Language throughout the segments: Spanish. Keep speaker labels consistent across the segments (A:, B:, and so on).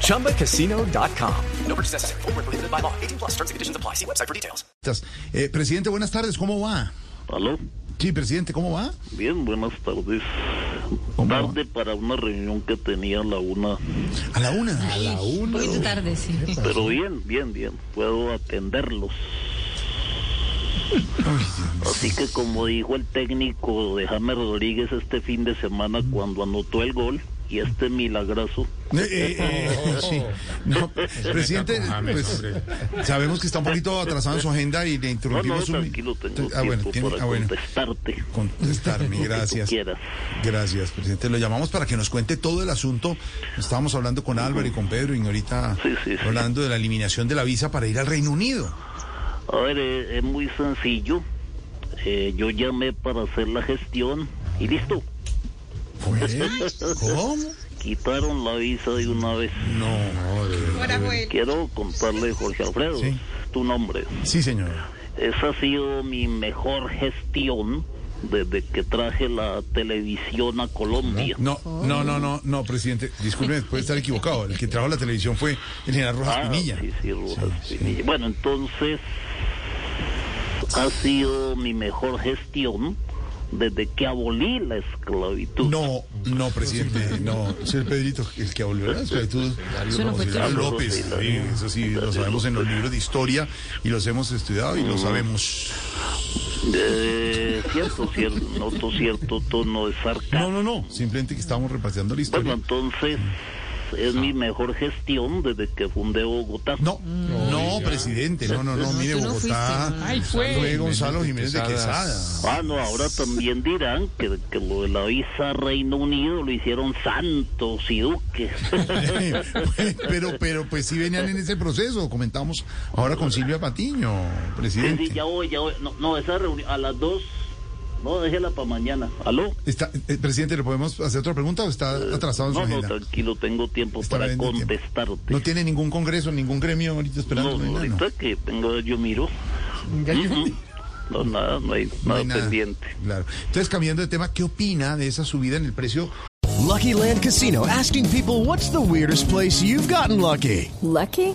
A: ChumbaCasino.com. No purchase necessary. Void where prohibited by law. 18 plus terms and conditions apply. See website for details.
B: Eh, presidente, buenas tardes, ¿cómo va?
C: ¿Aló?
B: Sí, presidente, ¿cómo va?
C: Bien, buenas tardes.
B: ¿Cómo va?
C: Tarde para una reunión que tenía a la una,
B: A la una. A la una.
D: Muy tarde, sí.
C: pero bien, bien, bien, puedo atenderlos. Así que como dijo el técnico de James Rodríguez este fin de semana cuando anotó el gol y este milagroso,
B: Eh, No, presidente, pues, sabemos que está un poquito atrasado en su agenda y le
C: no, Ah, no,
B: interrumpimos un-
C: tranquilo, tengo
B: Ah, bueno,
C: tiempo
B: tiene-
C: para
B: ah, bueno.
C: contestarte.
B: Contestarme, gracias.
C: quieras.
B: Gracias, presidente. Lo llamamos para que nos cuente todo el asunto. Estábamos hablando con Álvaro y con Pedro y ahorita
C: Sí, sí, sí.
B: hablando de la eliminación de la visa para ir al Reino Unido.
C: A ver, eh, es muy sencillo. Eh, yo llamé para hacer la gestión y listo.
B: ¿Fue? ¿Cómo?
C: Quitaron la visa de una vez.
B: No.
C: Quiero contarle, Jorge Alfredo,
B: Sí.
C: tu nombre.
B: Sí, señor.
C: Esa ha sido mi mejor gestión desde que traje la televisión a Colombia.
B: No, no, no, no, no, presidente. Disculpe, puede estar equivocado. El que trajo la televisión fue el general Rojas
C: Ah,
B: Pinilla.
C: sí, sí, Rojas
B: Sí, sí.
C: Pinilla. Bueno, entonces ha sido mi mejor gestión desde que abolí la esclavitud.
B: No, no, presidente, no. Ser Pedrito, el que abolió la esclavitud.
D: Eso no fue
B: Auxiliar
D: tuyo.
B: López, sí, eso sí, lo sabemos en los libros de historia y los hemos estudiado y lo sabemos.
C: Eh, cierto, cierto, no, todo cierto, todo no es sarcasmo.
B: No, no, no. Simplemente que estábamos repaseando la historia.
C: Bueno, entonces es mi mejor gestión desde que fundé Bogotá.
B: No, no, presidente, no, no, no. Mire,
D: Mm. tú no
B: Bogotá.
D: fuiste, no, no.
B: Ahí fue Gonzalo Jiménez de Quesada.
C: Ah, no, ahora también dirán que, que lo de la visa Reino Unido lo hicieron santos y duques.
B: pero, pero, pues sí venían en ese proceso. Comentamos ahora con Silvia Patiño,
C: Sí, sí,
B: presidente.
C: ya voy, ya voy. No, no, esa reunión a las dos. No, déjela para mañana. ¿Aló?
B: Está, eh, presidente, ¿le podemos hacer otra pregunta o está atrasado en su
C: No, no,
B: agenda?
C: tranquilo, tengo tiempo
B: Está
C: para
B: bien de tiempo.
C: contestarte.
B: No tiene ningún congreso, ningún gremio ahorita esperando.
C: No,
B: no hay nada,
C: ahorita que tengo, yo miro. Ujú. No, nada, no hay
B: no
C: nada
B: hay nada.
C: pendiente.
B: Claro. Entonces, cambiando de tema, ¿qué opina de esa subida en el precio?
E: Lucky Land Casino asking people what's the weirdest place you've gotten lucky?
F: Lucky?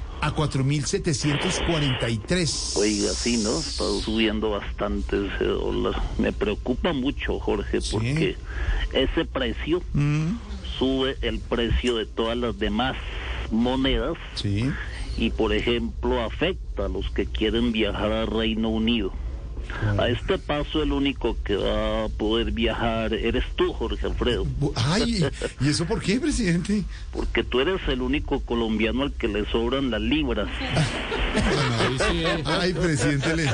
B: a 4.743.
C: Oiga, sí, ¿no? Está subiendo bastante ese dólar. Me preocupa mucho, Jorge, porque ese precio
B: Mm.
C: sube el precio de todas las demás monedas
B: Sí.
C: y, por ejemplo, afecta a los que quieren viajar a Reino Unido. A este paso el único que va a poder viajar eres tú, Jorge Alfredo,
B: Bu- Ay, ¿y eso por qué, presidente?
C: porque tú eres el único colombiano al que le sobran las libras.
B: Ah, Ay, presidente, le,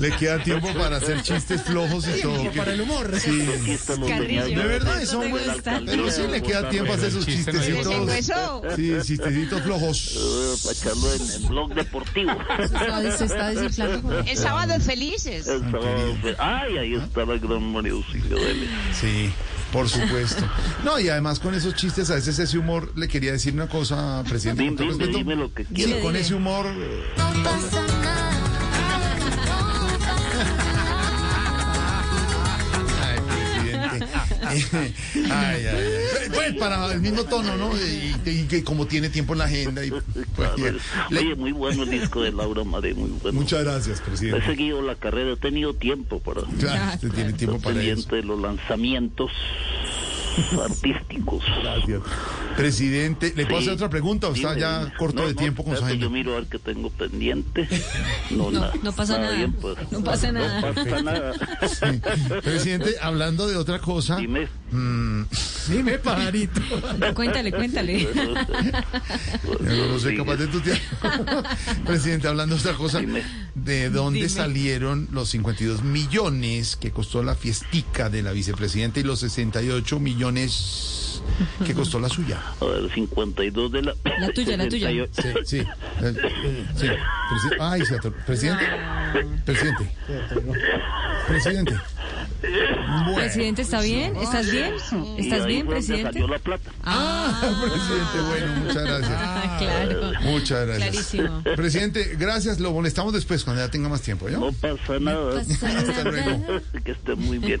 B: le queda tiempo para hacer chistes flojos y todo. Para el humor. Sí.
C: Aquí se los
D: Carrillo.
C: venía yo
B: De verdad,
C: desde
B: son
D: te
B: buenos.
D: gusta.
B: Pero sí le queda tiempo a hacer sus chistecitos.
G: oh,
B: Sí, chistecitos flojos.
C: Eh, para echarlo en el blog deportivo.
B: Ah,
D: Se está desinflando.
G: El sábado es felices.
C: El sábado fue- Ay, ahí está la gran María Auxilio Vélez.
B: Sí, por supuesto. No, y además con esos chistes, a veces ese humor, le quería decir una cosa, presidente.
C: Dime,
B: con todo
C: dime,
B: respeto.
C: dime lo que
B: Sí,
C: quieras.
B: con ese humor. eh, Ay, presidente. Ay, ay, ay. Pues para el mismo tono, ¿no? Y, y que como tiene tiempo en la agenda. Y, pues,
C: Claro.
B: le-
C: Oye, muy bueno el disco de Laura Maré, muy bueno.
B: muchas gracias,
C: He
B: presidente.
C: seguido la carrera, he tenido tiempo para
B: Claro, usted tiene tiempo para eso.
C: pendiente de los lanzamientos. artísticos.
B: Gracias. Presidente, ¿le puedo
C: Sí.
B: hacer otra pregunta o
C: Sí,
B: está
C: me-
B: ya corto
C: no,
B: de
C: no,
B: tiempo con su
C: espérate,
B: agenda?
C: Yo miro a ver qué tengo pendiente. No, nada,
G: no pasa nada.
C: bien, pues.
G: No pasa nada.
C: No pasa nada.
B: Presidente, hablando de otra cosa,
C: Dime.
B: dime, pajarito.
G: Cuéntale,
C: Pues,
G: cuéntale.
B: Yo no soy capaz de tutear. Presidente, hablando de otra cosa,
C: Dime.
B: ¿de dónde salieron los 52 millones que costó la fiestica de la vicepresidenta y los 68 millones que costó la suya?
C: A ver, 52 de la...
G: La tuya, la tuya.
C: 68.
B: Sí, sí. eh, sí. Presi- Ay, se atoró. Presidente. Presidente. Presidente.
G: Presidente, ¿está bien? ¿Estás bien?
C: Y
G: ¿Estás
C: ahí fue donde
G: bien, presidente?
C: salió la plata.
B: Ah, presidente, bueno, muchas gracias.
G: Ah, claro.
B: Muchas gracias.
G: Clarísimo.
B: Presidente, gracias. Lo molestamos después cuando ya tenga más tiempo, ¿yo?
C: No pasa nada.
B: Hasta luego.
C: que esté muy bien.